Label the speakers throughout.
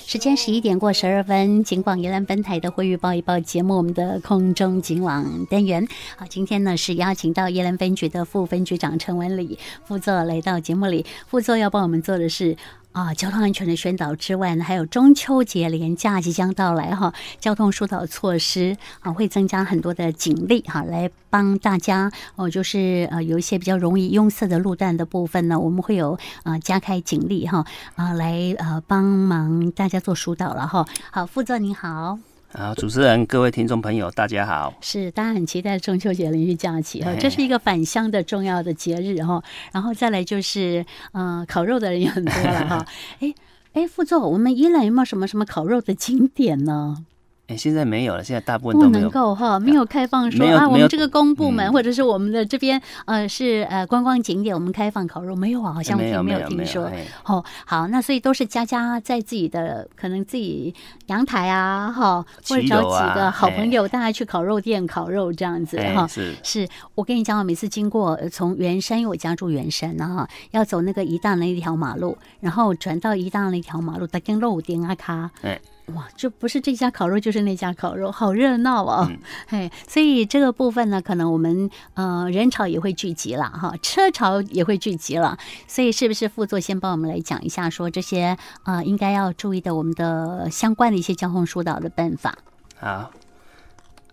Speaker 1: 时间十一点过十二分，警广宜兰分台的《会预报一报》节目，我们的空中警网单元。好，啊今天呢是邀请到宜兰分局的副分局长陈文礼副座来到节目里，副座要帮我们做的是。啊，交通安全的宣导之外呢，还有中秋节连假即将到来哈，交通疏导措施啊会增加很多的警力哈，来帮大家哦，就是呃有一些比较容易拥塞的路段的部分呢，我们会有呃加开警力哈啊来呃帮忙大家做疏导了哈。好，副座你好。
Speaker 2: 好，主持人、各位听众朋友，大家好。
Speaker 1: 是，大家很期待中秋节连续假期哈，这是一个返乡的重要的节日哈。然后再来就是，呃，烤肉的人也很多了 哈。哎哎，副座，我们宜兰有没有什么什么烤肉的景点呢？
Speaker 2: 哎，现在没有了，现在大部分
Speaker 1: 不
Speaker 2: 都没有
Speaker 1: 能。够哈，没有开放说
Speaker 2: 没有
Speaker 1: 啊，我
Speaker 2: 没
Speaker 1: 们
Speaker 2: 有
Speaker 1: 这个公部门
Speaker 2: 嗯
Speaker 1: 或者是我们的这边呃是呃观光景点，我们开放烤肉没有啊？好像
Speaker 2: 没有
Speaker 1: 听没
Speaker 2: 没有
Speaker 1: 听
Speaker 2: 没有
Speaker 1: 说。
Speaker 2: 哎
Speaker 1: 哦，好，那所以都是家家在自己的可能自己阳台啊，哈，或者
Speaker 2: 骑
Speaker 1: 找
Speaker 2: 楼啊
Speaker 1: 几个好朋
Speaker 2: 哎
Speaker 1: 友，大家去烤肉店烤肉这样子
Speaker 2: 哎
Speaker 1: 哈。
Speaker 2: 是
Speaker 1: 是我跟你讲，我每次经过呃从圆山，因为我家住圆山然后要走那个一大那一条马路，然后转到一大那条马路，它跟肉丁啊卡，
Speaker 2: 哎，
Speaker 1: 哇，就不是这家烤肉就是那家烤肉，好热闹哦，
Speaker 2: 嗯
Speaker 1: 哎，所以这个部分呢，可能我们呃人潮也会聚集了哈，车潮也会聚集了，所以是不是副座先帮我们来讲一下，说这些呃应该要注意的我们的相关的一些交通疏导的办法？
Speaker 2: 好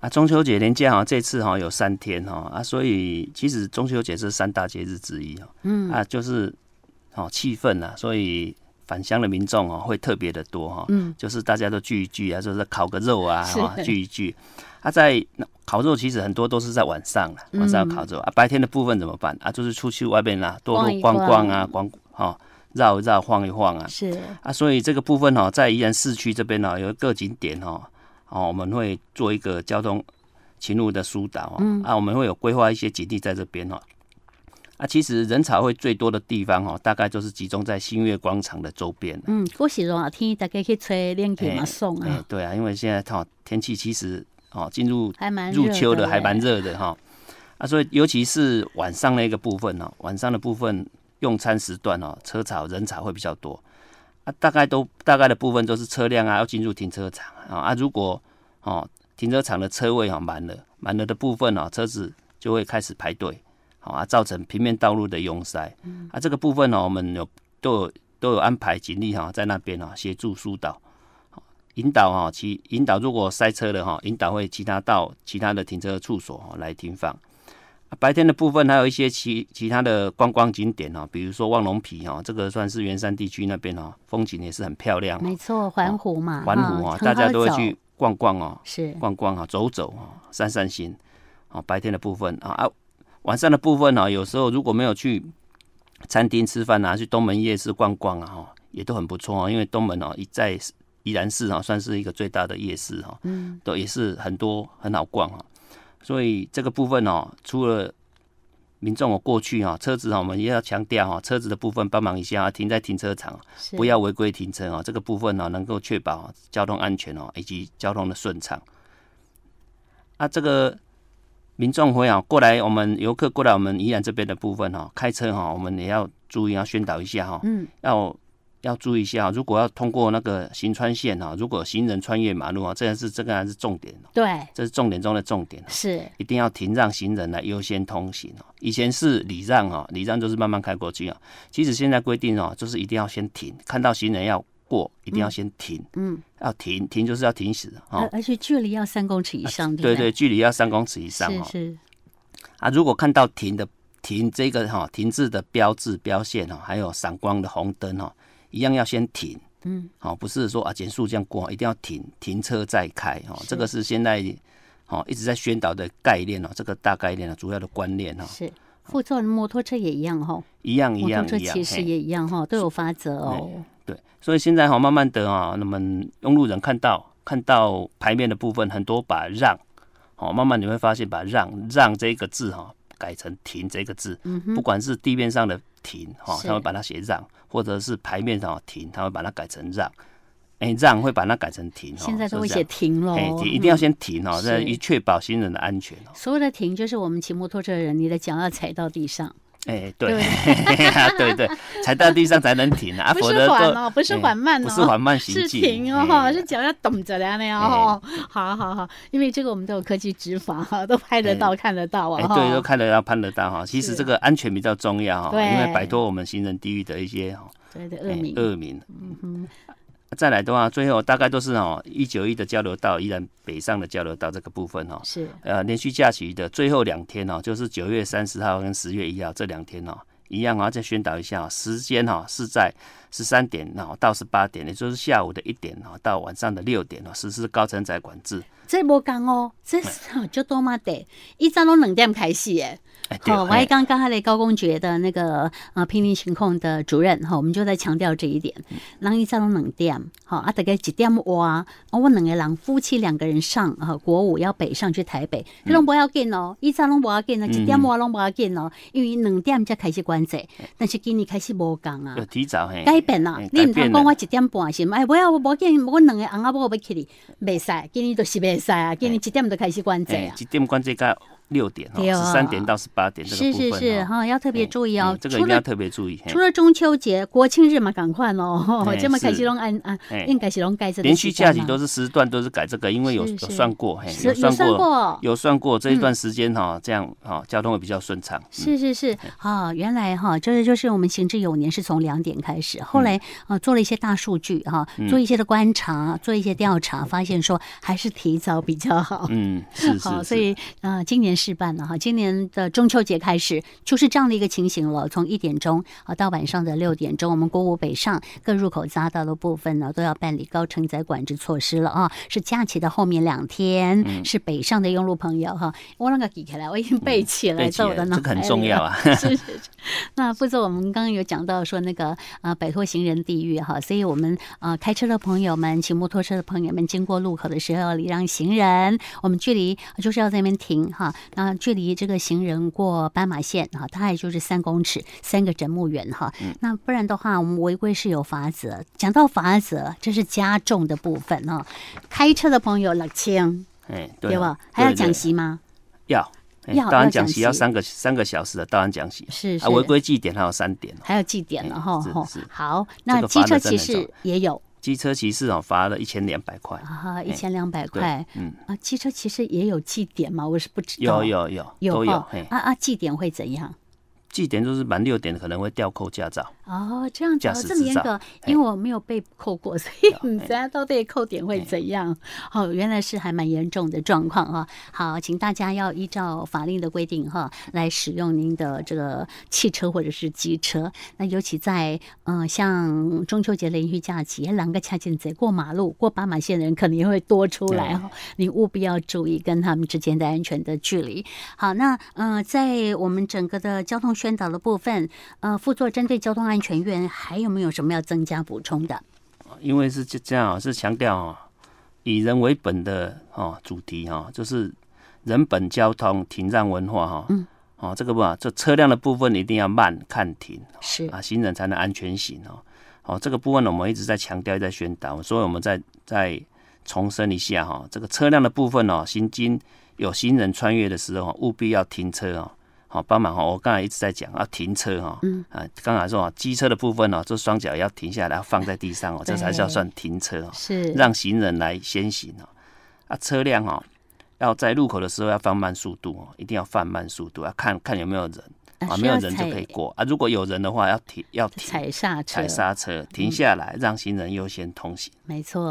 Speaker 2: 啊，中秋节连假哈，这次哦哈有三天哈啊，所以其实中秋节是三大节日之一哈。嗯啊，就是哦气氛啊，所以返乡的民众哦会特别的多哈。嗯，就是大家都聚一聚啊，就是烤个肉啊，
Speaker 1: 是
Speaker 2: 哈聚一聚。啊，在那烤肉其实很多都是在晚上了，晚上要烤肉、啊，白天的部分怎么办啊？就是出去外面啊，多
Speaker 1: 逛
Speaker 2: 路
Speaker 1: 一
Speaker 2: 逛
Speaker 1: 逛
Speaker 2: 逛啊，逛哦绕一绕，晃一晃啊。
Speaker 1: 是
Speaker 2: 啊，所以这个部分哦，在宜兰市区这边哦，有各景点哦，哦，我们会做一个交通勤务的疏导哦，啊，我们会有规划一些景地在这边哦。啊，其实人潮会最多的地方哦，大概就是集中在新月广场的周边。
Speaker 1: 嗯，过时热天大家去吹练球嘛送
Speaker 2: 哎、
Speaker 1: 啊，
Speaker 2: 对啊，因为现在哦，天气其实哦，进入
Speaker 1: 还蛮
Speaker 2: 入
Speaker 1: 热
Speaker 2: 秋的
Speaker 1: 的
Speaker 2: 还蛮
Speaker 1: 嘞
Speaker 2: 热的哈、啊，所以尤其是晚上那个部分哦，晚上的部分用餐时段哦，车潮人潮会比较多啊，大概都大概的部分都是车辆啊要进入停车场啊啊，如果哦停车场的车位哦满了，满了的部分哦，车子就会开始排队，好、啊，造成平面道路的拥塞、
Speaker 1: 嗯
Speaker 2: 啊，这个部分呢、哦，我们有都有都有安排警力哈、在那边啊协助疏导。引导哈，其引导如果塞车了哈，引导会其他到其他的停车处所哈来停放。啊白天的部分还有一些其其他的观光景点哈，比如说望龙皮哈，这个算是圆山地区那边哈，风景也是很漂亮。
Speaker 1: 没错，环湖嘛，
Speaker 2: 环湖
Speaker 1: 哈
Speaker 2: 啊，大家都会，
Speaker 1: 很好走
Speaker 2: 去逛逛哦，
Speaker 1: 是
Speaker 2: 逛逛啊，走走啊，散散心啊。白天的部分啊啊，晚上的部分呢、啊，有时候如果没有去餐厅吃饭啊，去东门夜市逛逛啊，哈，也都很不错啊。因为东门哦、一在宜兰市啊，算是一个最大的夜市哈、嗯，都也是很多很好逛啊。所以这个部分哦、除了民众我过去啊，车子啊，我们也要强调哈，车子的部分帮忙一下啊，停在停车场，
Speaker 1: 是
Speaker 2: 不要违规停车哦，这个部分呢、能够确保哦交通安全哦，以及交通的顺畅。啊，这个民众会啊过来，我们游客过来我们宜兰这边的部分哦，开车哈、哦，我们也要注意，要宣导一下哈、
Speaker 1: 嗯，
Speaker 2: 要要注意一下、哦，如果要通过那个行川线哈、哦，如果行人穿越马路啊、哦，这个是这个还是重点哦，
Speaker 1: 对，
Speaker 2: 这是重点中的重点哦、
Speaker 1: 是
Speaker 2: 一定要停让行人来优先通行哦。以前是礼让哦，礼让就是慢慢开过去哦。其实现在规定哦，就是一定要先停，看到行人要过，一定要先停，
Speaker 1: 嗯，
Speaker 2: 要停，停就是要停死
Speaker 1: 而
Speaker 2: 哦。
Speaker 1: 而且距离要三公尺以上，
Speaker 2: 对
Speaker 1: 不对
Speaker 2: 对，，距离要三公尺以上哦。
Speaker 1: 是
Speaker 2: 啊，如果看到停的停这个哈、停滞的标志标线哦，还有闪光的红灯哦，一样要先停。嗯，好、不是说啊减速这样过，一定要停，停车再开哦。这个是现在哦一直在宣导的概念哦，这个大概念哦，主要的观念哦。
Speaker 1: 是是。副座摩托车也一样哈，
Speaker 2: 一样一
Speaker 1: 摩托
Speaker 2: 样
Speaker 1: 车
Speaker 2: 一样，
Speaker 1: 骑士
Speaker 2: 嘿
Speaker 1: 也一样哈，都有法则哦。
Speaker 2: 对，所以现在哈、慢慢的啊、那么用路人看到看到牌面的部分，很多把让，哦，慢慢你会发现把让让这个字哈、改成停这个字，不管是地面上的停哈、
Speaker 1: 是
Speaker 2: 他会把它写让，或者是牌面上、停，他会把它改成让，哎、让会把它改成停，哦
Speaker 1: 现在都会
Speaker 2: 是这
Speaker 1: 写
Speaker 2: 样
Speaker 1: 停喽
Speaker 2: 哎、，停一定要先停哦，
Speaker 1: 是
Speaker 2: 这以确保行人的安全哦。
Speaker 1: 嗯所有的停就是我们骑摩托车的人，你的脚要踩到地上，
Speaker 2: 哎，对， 对对，踩到地上才能停啊，
Speaker 3: 不
Speaker 2: 否
Speaker 3: 是
Speaker 2: 则
Speaker 3: 缓
Speaker 2: 都
Speaker 3: 哦，不是缓慢哦，
Speaker 2: 不是缓慢行
Speaker 3: 是
Speaker 2: 进，
Speaker 3: 停哦，
Speaker 2: 哎
Speaker 3: 是脚要抖着的那样哦。好好好，因为这个我们都有科技执法 哈，都拍得到、
Speaker 2: 哎
Speaker 3: 看得到啊。
Speaker 2: 哎，
Speaker 3: 哈
Speaker 2: 对，都看得到、判得到哈。其实
Speaker 3: 是
Speaker 2: 这个安全比较重要哈，
Speaker 3: 对
Speaker 2: 因为摆脱我们行人地狱的一些哈
Speaker 3: 对对，
Speaker 2: 哎
Speaker 3: 恶名。嗯
Speaker 2: 恶名。啊再来的话，最后大概都是哦一九一的交流道，依然北上的交流道这个部分哈。
Speaker 3: 是
Speaker 2: 呃，连续假期的最后两天哦，就是九月三十号跟十月一号这两天哦，一样啊，再宣导一下、哦，时间哈、哦、是在十三点哦到十八点，也就是下午的一点哦到晚上的六点哦，实施高承载管制。
Speaker 1: 这无讲哦，这是就多嘛得，一早拢两点开始诶。
Speaker 2: 哎，对，
Speaker 1: 好，我还
Speaker 2: 哎
Speaker 1: 刚刚才的高公爵的那个呃濒临情控的主任哈，我们就在强调这一点。
Speaker 2: 嗯
Speaker 1: 人一上冷点，好啊，大概几点哇？啊，我两个人夫妻两个人上哈国五要北上去台北，
Speaker 2: 嗯
Speaker 1: 那拢不要紧哦，一早拢不要紧哦，一点哇拢不要紧哦，因为两点才开始关节，
Speaker 2: 嗯
Speaker 1: 但是今年开始无讲啊
Speaker 2: 有。提早嘿，
Speaker 1: 改变啦
Speaker 2: 哎，
Speaker 1: 你毋
Speaker 2: 改
Speaker 1: 通
Speaker 2: 变
Speaker 1: 讲
Speaker 2: 了
Speaker 1: 我一点半是吗？哎，不要，我无见，阮两个翁仔某要去哩，袂使，今年都是袂使啊，今年一点就开始关节
Speaker 2: 哎
Speaker 1: 啊，
Speaker 2: 几点关这个六点哦，
Speaker 1: 对哦
Speaker 2: 十三点到十八点这个
Speaker 1: 是
Speaker 2: 部
Speaker 1: 是
Speaker 2: 分、哦。
Speaker 1: 是哈，要特别注意
Speaker 2: 哎
Speaker 1: 哦
Speaker 2: 嗯，这个一
Speaker 1: 除
Speaker 2: 定要
Speaker 1: 了。
Speaker 2: 特别注意。嘿
Speaker 1: 除了中秋节、国庆日嘛，赶快咯，
Speaker 2: 哎
Speaker 1: 这么开
Speaker 2: 是
Speaker 1: 始拢按按，
Speaker 2: 哎
Speaker 1: 应该是拢改这个啊
Speaker 2: 连
Speaker 1: 时啊
Speaker 2: 续
Speaker 1: 间
Speaker 2: 假期
Speaker 1: 嘛
Speaker 2: 都是嗯时段都是改这个，因为有
Speaker 1: 是
Speaker 2: 有
Speaker 1: 是
Speaker 2: 算过，嘿，
Speaker 1: 有有
Speaker 2: 算
Speaker 1: 算
Speaker 2: 过，
Speaker 1: 过。嗯
Speaker 2: 有算过这一段时间哈，这样哈交通会比较顺畅。嗯
Speaker 1: 是是是，啊，原来哈，这个就是我们行之有年是从两点开始，后
Speaker 2: 嗯
Speaker 1: 来呃做了一些大数据哈，做一些的观察，做一些调查，发现说还是提早比较好。
Speaker 2: 嗯，是是
Speaker 1: 好，
Speaker 2: 是，
Speaker 1: 所以呃，今年试办了哈，今年的中秋节开始就是这样的一个情形了，从一点钟啊到晚上的六点钟，我们国五北上各入口匝道的部分呢，都要办理高承载管制措施了啊。是假期的后面两天，
Speaker 2: 嗯
Speaker 1: 是北上的用路朋友哈，我那个记起来，我已经背起来
Speaker 2: 背起
Speaker 1: 在我
Speaker 2: 来
Speaker 1: 的哎
Speaker 2: 这
Speaker 1: 脑
Speaker 2: 个
Speaker 1: 海
Speaker 2: 很
Speaker 1: 里
Speaker 2: 重
Speaker 1: 了
Speaker 2: 要啊。
Speaker 1: 是是是。那副总，我们刚刚有讲到说那个呃摆脱行人地狱哈，所以我们呃开车的朋友们、骑摩托车的朋友们，经过路口的时候，礼让行人，我们距离就是要在那边停哈。那距离这个行人过斑马线哈，大概就是三公尺，三个枕木远哈。
Speaker 2: 嗯
Speaker 1: 那不然的话，我们违规是有罚则。讲到罚则，这是加重的部分哈。开车的朋友六千，
Speaker 2: 哎，对
Speaker 1: 对
Speaker 2: 了
Speaker 1: 吧？啊还要
Speaker 2: 对对
Speaker 1: 讲习吗？
Speaker 2: 要哎
Speaker 1: 要
Speaker 2: 到
Speaker 1: 要
Speaker 2: 安讲
Speaker 1: 讲
Speaker 2: 习要
Speaker 1: 习
Speaker 2: 三个三个小时的到安讲习，
Speaker 1: 是是
Speaker 2: 啊，。违规记点还有三点哦。
Speaker 1: 还有祭点了
Speaker 2: 哎
Speaker 1: 哈
Speaker 2: 是
Speaker 1: 吼
Speaker 2: 是，
Speaker 1: 好，
Speaker 2: 这
Speaker 1: 那
Speaker 2: 个
Speaker 1: 机
Speaker 2: 罚
Speaker 1: 车
Speaker 2: 得
Speaker 1: 骑
Speaker 2: 真的
Speaker 1: 士
Speaker 2: 重
Speaker 1: 也有
Speaker 2: 机车骑士哦，罚了一千两百块。
Speaker 1: 啊，一
Speaker 2: 哎
Speaker 1: 千两百块
Speaker 2: 对，嗯，
Speaker 1: 啊，机车骑士也有祭点吗？我是不知道，
Speaker 2: 有有有
Speaker 1: 有
Speaker 2: 都有
Speaker 1: 哈，
Speaker 2: 嘿，
Speaker 1: 啊啊，祭点会怎样？
Speaker 2: 记点就是满六点可能会吊扣驾照。
Speaker 1: 哦，这样子
Speaker 2: 驾
Speaker 1: 哦
Speaker 2: 驶
Speaker 1: 这么
Speaker 2: 执
Speaker 1: 严
Speaker 2: 照
Speaker 1: 格，
Speaker 2: 哎
Speaker 1: 因为我没有被扣过，所以你知道到底扣点会怎样。哦，原来是还蛮严重的状况啊。好，请大家要依照法令的规定哈，来使用您的这个汽车或者是机车。那尤其在嗯、呃像中秋节连续假期，两个掐紧贼过马路、过斑马线的人肯定会多出来哈、你务必要注意跟他们之间的安全的距离。好，那呃，在我们整个的交通宣导的部分，呃，副座针对交通安全院还有没有什么要增加补充的？
Speaker 2: 因为是这这样哦，是强调哦，以人为本的哦主题哦，就是人本交通停让文化哈、哦。嗯。哦，这个吧，这车辆的部分一定要慢看停
Speaker 1: 是
Speaker 2: 啊，行人才能安全行哦。哦，这个部分呢我们一直在强调，一直在宣导，所以我们再再重申一下哈、这个车辆的部分哦，行经有行人穿越的时候哦，务必要停车哦。好，帮忙哈！我刚才一直在讲要停车哈，嗯啊，刚才说啊，机车的部分哦，这双脚要停下来，要放在地上哦，这才叫算停车哦，
Speaker 1: 是
Speaker 2: 让行人来先行哦。啊，车辆哦，要在路口的时候要放慢速度哦，一定要放慢速度，要看看有没有人
Speaker 1: 呃
Speaker 2: 啊，没有人就可以过啊。如果有人的话，要停要停，
Speaker 1: 踩刹车，嗯
Speaker 2: 踩刹车，停下来，让行人优先通行。
Speaker 1: 没错，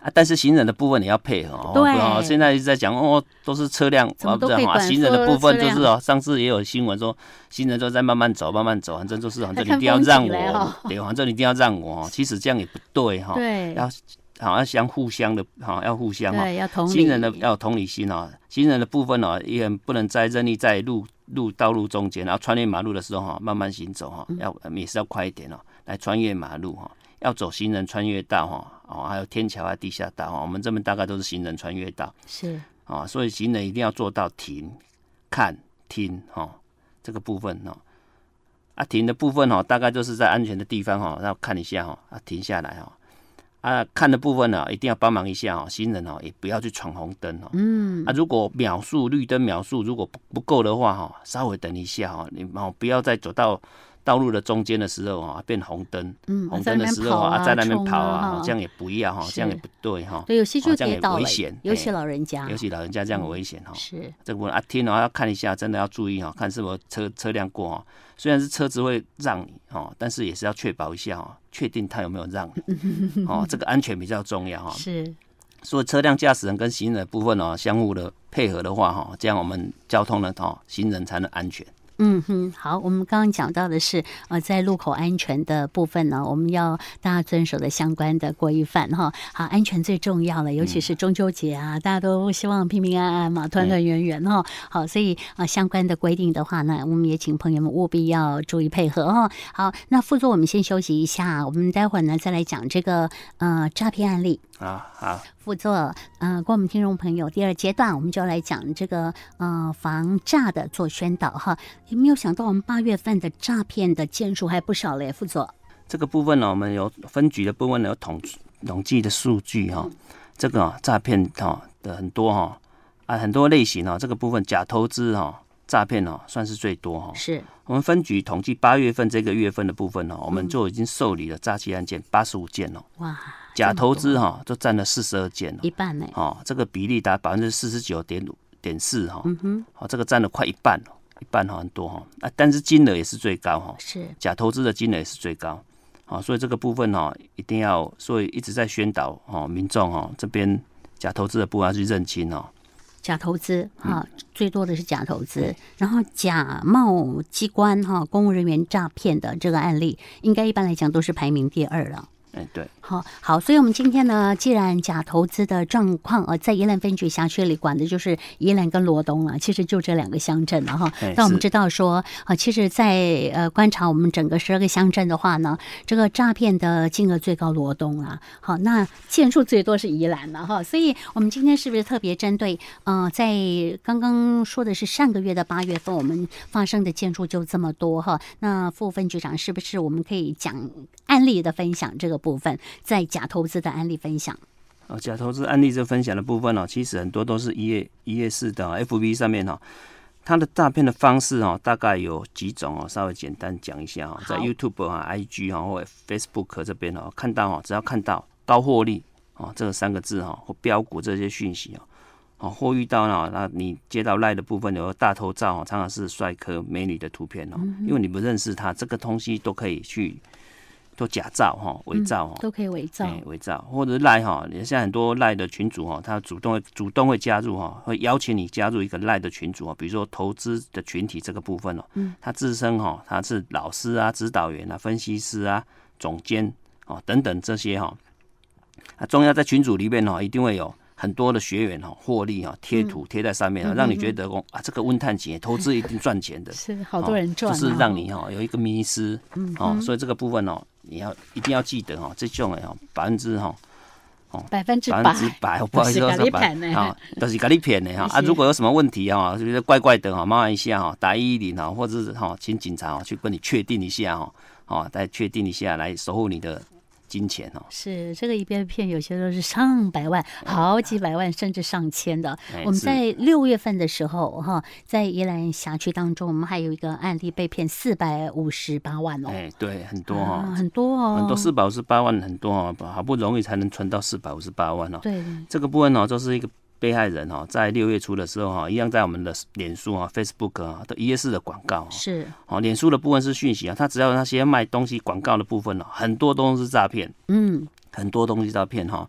Speaker 2: 啊，但是行人的部分你要配合哦。
Speaker 1: 对
Speaker 2: 不然哦现在一直在讲哦，都是车辆，
Speaker 1: 怎么
Speaker 2: 啊不
Speaker 1: 都
Speaker 2: 是
Speaker 1: 可以
Speaker 2: 哦啊
Speaker 1: 管
Speaker 2: 行人
Speaker 1: 说
Speaker 2: 的部分
Speaker 1: 车
Speaker 2: 就是哦，上次也有新闻说，行人都在慢慢走，慢慢走，反 正就是反
Speaker 1: 在
Speaker 2: 正
Speaker 1: 看
Speaker 2: 你一定要
Speaker 1: 风景
Speaker 2: 让我
Speaker 1: 嘞哦，
Speaker 2: 对，反正你一定要让我 哦。其实这样也不对哈，
Speaker 1: 对
Speaker 2: 要好要相互相的，好要互相哦。
Speaker 1: 对，要同理，
Speaker 2: 行人的要有同理心哦，行人的部分哦，也不能再任意在路路道路中间，然后穿越马路的时候哈、哦慢慢行走哈、
Speaker 1: 嗯
Speaker 2: 要呃也是要快一点哦，来穿越马路哈、哦要走行人穿越道哈、哦，还有天桥啊、地下道哈、我们这边大概都是行人穿越道
Speaker 1: 是
Speaker 2: 啊、所以行人一定要做到停、看、听哈、这个部分哦。哦啊，停的部分哦，大概就是在安全的地方哈、哦，要看一下哈、啊，停下来哈、啊，看的部分呢、一定要帮忙一下哦，行人哦也不要去闯红灯哦。
Speaker 3: 嗯，
Speaker 2: 啊，如果秒数绿灯秒数如果不不够的话哈、稍微等一下哈、你哦不要再走到道路的中间的时候啊变红灯，
Speaker 3: 嗯
Speaker 2: 红
Speaker 3: 在
Speaker 2: 灯
Speaker 3: 那
Speaker 2: 的
Speaker 3: 边
Speaker 2: 时候
Speaker 3: 跑
Speaker 2: 啊
Speaker 3: 啊
Speaker 2: 在那边
Speaker 3: 冲啊
Speaker 2: 跑啊
Speaker 3: 哈，
Speaker 2: 这样也不要哈，这样也
Speaker 3: 是
Speaker 2: 不对哈，
Speaker 3: 对，有啊些就
Speaker 2: 哦这样
Speaker 3: 跌
Speaker 2: 也
Speaker 3: 倒
Speaker 2: 危
Speaker 3: 了
Speaker 2: 险，
Speaker 1: 尤其
Speaker 2: 哎
Speaker 1: 老人家
Speaker 2: 尤，其老人家这样危险哈。哦
Speaker 3: 是
Speaker 2: 这个部分啊，听哦要看一下，真的要注意哦，看是否车车辆过哦。虽然是车子会让你哦，但是也是要确保一下哦，确定他有没有让你哦，这个安全比较重要哈、哦
Speaker 3: 是，
Speaker 2: 所以车辆驾驶人跟行人的部分哦，相互的配合的话哈、这样我们交通呢哦，行人才能安全。
Speaker 1: 嗯哼，好，我们刚刚讲到的是，呃，在路口安全的部分呢，我们要大家遵守的相关的规范哈。好，安全最重要了，尤其是中秋节啊，大家都希望平平安安嘛，团团圆圆哈。好，所以啊、呃相关的规定的话呢，我们也请朋友们务必要注意配合哦。好，那副座我们先休息一下，我们待会儿呢再来讲这个呃诈骗案例。
Speaker 2: 啊，好，
Speaker 1: 副作，呃，跟我们听众朋友，第二阶段我们就来讲这个呃防诈的做宣导哈。也没有想到我们八月份的诈骗的件数还不少嘞，副作。
Speaker 2: 这个部分呢，我们有分局的部分呢有统统计的数据哈、这个啊诈骗哈的很多哈、啊很多类型哦，这个部分假投资哈、诈骗哦算是最多哈、
Speaker 1: 是，
Speaker 2: 我们分局统计八月份这个月份的部分哦，我们就已经受理了诈欺案件八十五件哦，
Speaker 1: 哇，
Speaker 2: 假投资哈、就占了四十二件
Speaker 1: 一半嘞，
Speaker 2: 哦，哦，这个比例达百分之四十九点五点四哈，
Speaker 1: 嗯哼，
Speaker 2: 哦，这个占了快一半哦，一半哈、很多哈、啊，但是金额也是最高哈、
Speaker 1: 是，
Speaker 2: 假投资的金额也是最高，哦，所以这个部分哦，一定要，所以一直在宣导哦，民众哦这边假投资的部分要去认清哦，
Speaker 1: 假投资哈、最多的是假投资，然后假冒机关哈、公务人员诈骗的这个案例，应该一般来讲都是排名第二了。
Speaker 2: 哎、对。
Speaker 1: 好好，所以我们今天呢，既然假投资的状况，呃，在宜兰分局辖区里管的就是宜兰跟罗东了，其实就这两个乡镇了哈
Speaker 2: 哎。
Speaker 1: 但我们
Speaker 2: 是
Speaker 1: 知道说，啊、其实在，呃观察我们整个十二个乡镇的话呢，这个诈骗的金额最高罗东啊，好，那件数最多是宜兰了哈。所以我们今天是不是特别针对，呃，在刚刚说的是上个月的八月份，我们发生的件数就这么多哈。那副分局长是不是我们可以讲案例的分享这个部分，在假投资的案例分享？
Speaker 2: 哦，假投资案例这分享的部分哦，其实很多都是一页一页式的、哦、FB 上面哦，它的诈骗的方式哦，大概有几种哦，稍微简单讲一下哦，在
Speaker 1: 好
Speaker 2: YouTube 啊、IG 啊或者 Facebook 这边哦，看到哦，只要看到高获利哦这三个字哦，或标股这些讯息哦。哦，或遇到呢，那你接到赖的部分有大头照哦，常常是帅哥美女的图片哦，
Speaker 1: 嗯
Speaker 2: 因为你不认识他，这个东西都可以去都假造哈、哦，伪造哈、哦
Speaker 1: 嗯都可以伪造
Speaker 2: 哎，伪造，或者是赖哈，你现在很多赖的群主哈，他主动会主动会加入哈，会邀请你加入一个赖的群主哦，比如说投资的群体这个部分哦，他自身哈，他是老师啊、指导员啊、分析师啊、总监哦等等这些哈，啊，重要在群组里面哦，一定会有。很多的学员哦，获利哦，贴图贴在上面哦，让你觉得哦啊，这个温探姐投资一定赚钱的，
Speaker 3: 是，好多人赚、啊，
Speaker 2: 哦
Speaker 3: 嗯
Speaker 2: 就是让你哦有一个迷失，哦，所以这个部分哦，你要一定要记得哦，这种的哦，百分之哦
Speaker 3: 百分之
Speaker 2: 百
Speaker 3: 百
Speaker 2: 分之百，我不好意思
Speaker 3: 都
Speaker 2: 说
Speaker 3: 是给
Speaker 2: 是
Speaker 3: 你骗的
Speaker 2: 啊，都是给你骗的哈。啊，
Speaker 3: 是
Speaker 2: 如果有什么问题哈，就是怪怪的哈，哦麻烦一下哈，打一一零哦哈，或者是哈，请警察哦去帮你确定一下哈，哦，再确定一下来守护你的金钱哦。
Speaker 3: 是这个一边骗，有些都是上百万、好几百万，甚至上千的。
Speaker 2: 啊哎
Speaker 1: 我们
Speaker 2: 是
Speaker 1: 在六月份的时候，哈，在宜兰辖区当中，我们还有一个案例被骗四百五十八万哦，
Speaker 2: 哎对很多
Speaker 1: 啊，
Speaker 2: 哈，
Speaker 1: 很多哦，
Speaker 2: 很多四百五十八万很多哦，好不容易才能存到四百五十八万哦。
Speaker 1: 对，
Speaker 2: 这个部分哦，就是一个被害人哦，在六月初的时候哈、哦，一样在我们的脸书啊、Facebook 啊的一页式的广告哦
Speaker 1: 是，
Speaker 2: 哦，脸书的部分是讯息啊，它只要有那些卖东西广告的部分哦，很多都是诈骗，
Speaker 1: 嗯，
Speaker 2: 很多东西诈骗哈。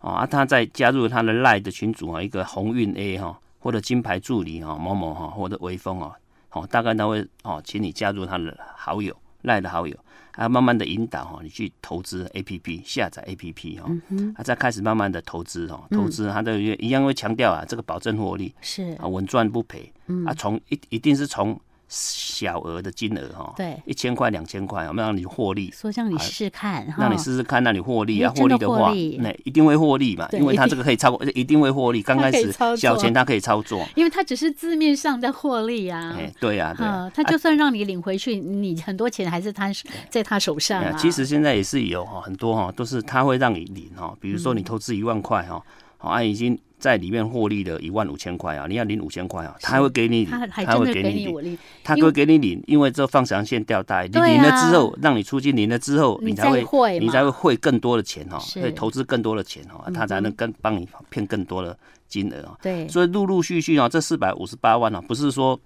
Speaker 2: 哦啊，他在加入他的 Line 的群组啊，一个鸿运 A 哈、或者金牌助理哈、某某哈、或者微风哦，哦，大概他会哦，请你加入他的好友 Line 的好友，啊，慢慢的引导哈、哦，你去投资 APP 下载 APP 哈、哦，啊，再开始慢慢的投资哈、哦，投资他的一样会强调啊，这个保证获利，
Speaker 1: 是
Speaker 2: 啊，稳赚不赔，啊，从一一定是从小额的金额哈，
Speaker 1: 对
Speaker 2: 一千块、两千块，我们让你获利，
Speaker 1: 说让你试试看哈，
Speaker 2: 哎让你试试看，让你获利啊，
Speaker 3: 哎
Speaker 1: 因为真的
Speaker 2: 获利的话
Speaker 1: 获利，
Speaker 2: 那一定会获利嘛，
Speaker 3: 对
Speaker 2: 因为它这个可以超过，一定会获利。刚开
Speaker 3: 它可以
Speaker 2: 始
Speaker 3: 操作
Speaker 2: 小钱它可以操作，
Speaker 3: 因为它只是字面上的获利啊。
Speaker 2: 哎，对呀，对
Speaker 3: 啊
Speaker 1: 嗯
Speaker 2: 啊，，
Speaker 3: 他就算让你领回去，你很多钱还是他在他手上
Speaker 2: 哎
Speaker 3: 啊。
Speaker 2: 其实现在也是有哈，很多哈都是它会让你领哈，比如
Speaker 3: 嗯
Speaker 2: 说你投资一万块哈，好，啊已经在里面获利了一万五千块啊，你要领五千块啊，它会给你领
Speaker 3: 他，还
Speaker 2: 它
Speaker 3: 真
Speaker 2: 会
Speaker 3: 的
Speaker 2: 给
Speaker 3: 给
Speaker 2: 你
Speaker 3: 你
Speaker 2: 领
Speaker 3: 武。力，
Speaker 2: 他
Speaker 3: 因为
Speaker 2: 会给你领，因为这放长线钓大鱼，你
Speaker 3: 对啊
Speaker 2: 领了之后，让你出去领了之后，
Speaker 3: 你
Speaker 2: 才
Speaker 3: 再
Speaker 2: 会
Speaker 3: 会
Speaker 2: 你
Speaker 3: 嘛
Speaker 2: 才会汇更多的钱哈，
Speaker 3: 是嗯
Speaker 2: 会投资更多的钱哈，他才能更帮你骗更多的金额哦。
Speaker 3: 对，
Speaker 2: 所以陆陆续续啊，这四百五十八万啊，不是说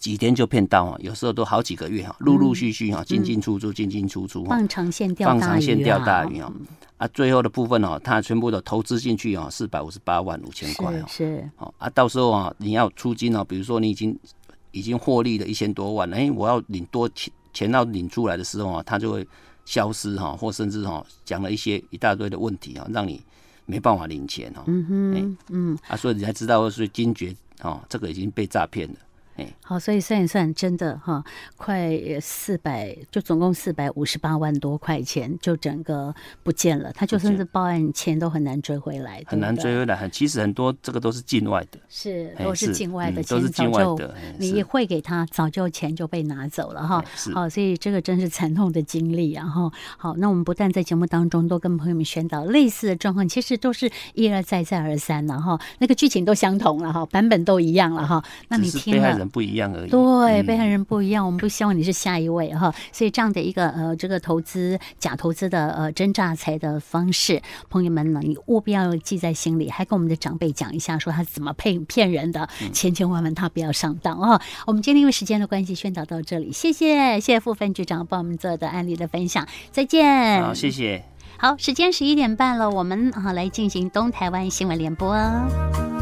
Speaker 2: 几天就骗到啊，有时候都好几个月哈，哦
Speaker 3: 嗯
Speaker 2: 陆陆续续啊，进进出出，进进出出哈，
Speaker 1: 放长线钓大鱼、
Speaker 2: 放
Speaker 1: 啊，
Speaker 2: 长线钓大鱼啊。啊，最后的部分哦，他全部都投资进去哦，四百五十八万五千块哦
Speaker 1: 是，是，
Speaker 2: 哦啊，到时候啊，你要出金哦，比如说你已经已经获利了一千多万，哎、我要领多钱钱要领出来的时候啊，它就会消失哈、或甚至哈、讲了一些一大堆的问题啊、让你没办法领钱哦、
Speaker 1: 嗯哼，嗯，
Speaker 2: 啊，所以你才知道是惊觉哦，这个已经被诈骗了。
Speaker 1: 好，所以算一算，真的哈，快四百，就总共四百五十八万多块钱，就整个不见了。他就算是报案钱都很难追回来，对
Speaker 2: 很难
Speaker 1: 不对
Speaker 2: 追回来，很其实很多这个都是境外的，
Speaker 1: 是
Speaker 2: 哎
Speaker 1: 都是境外的
Speaker 2: 嗯
Speaker 1: 钱，
Speaker 2: 都是境外
Speaker 1: 早就
Speaker 2: 的，哎
Speaker 1: 你一
Speaker 2: 是
Speaker 1: 汇给他，早就钱就被拿走了哈
Speaker 2: 哎。是
Speaker 1: 好，所以这个真是惨痛的经历、啊，然后好，那我们不但在节目当中都跟朋友们宣导类似的状况，其实都是一而再再而三了哈，那个剧情都相同了哈，版本都一样了哈。那你
Speaker 2: 只是
Speaker 1: 听
Speaker 2: 被害
Speaker 1: 了
Speaker 2: 人不一样而已。
Speaker 1: 对，
Speaker 2: 嗯
Speaker 1: 被害人不一样，我们不希望你是下一位哈。所以这样的一个呃，这个投资假投资的呃真诈财的方式，朋友们呢，你务必要记在心里，还跟我们的长辈讲一下，说他怎么骗骗人的，
Speaker 2: 嗯
Speaker 1: 千千万万他不要上当哦。我们今天因为时间的关系，宣导到这里，谢谢谢谢副分局长帮我们做的案例的分享，再见。
Speaker 2: 好，谢谢。
Speaker 1: 呃好时间十一点半了，我们啊来进行东台湾新闻联播哦。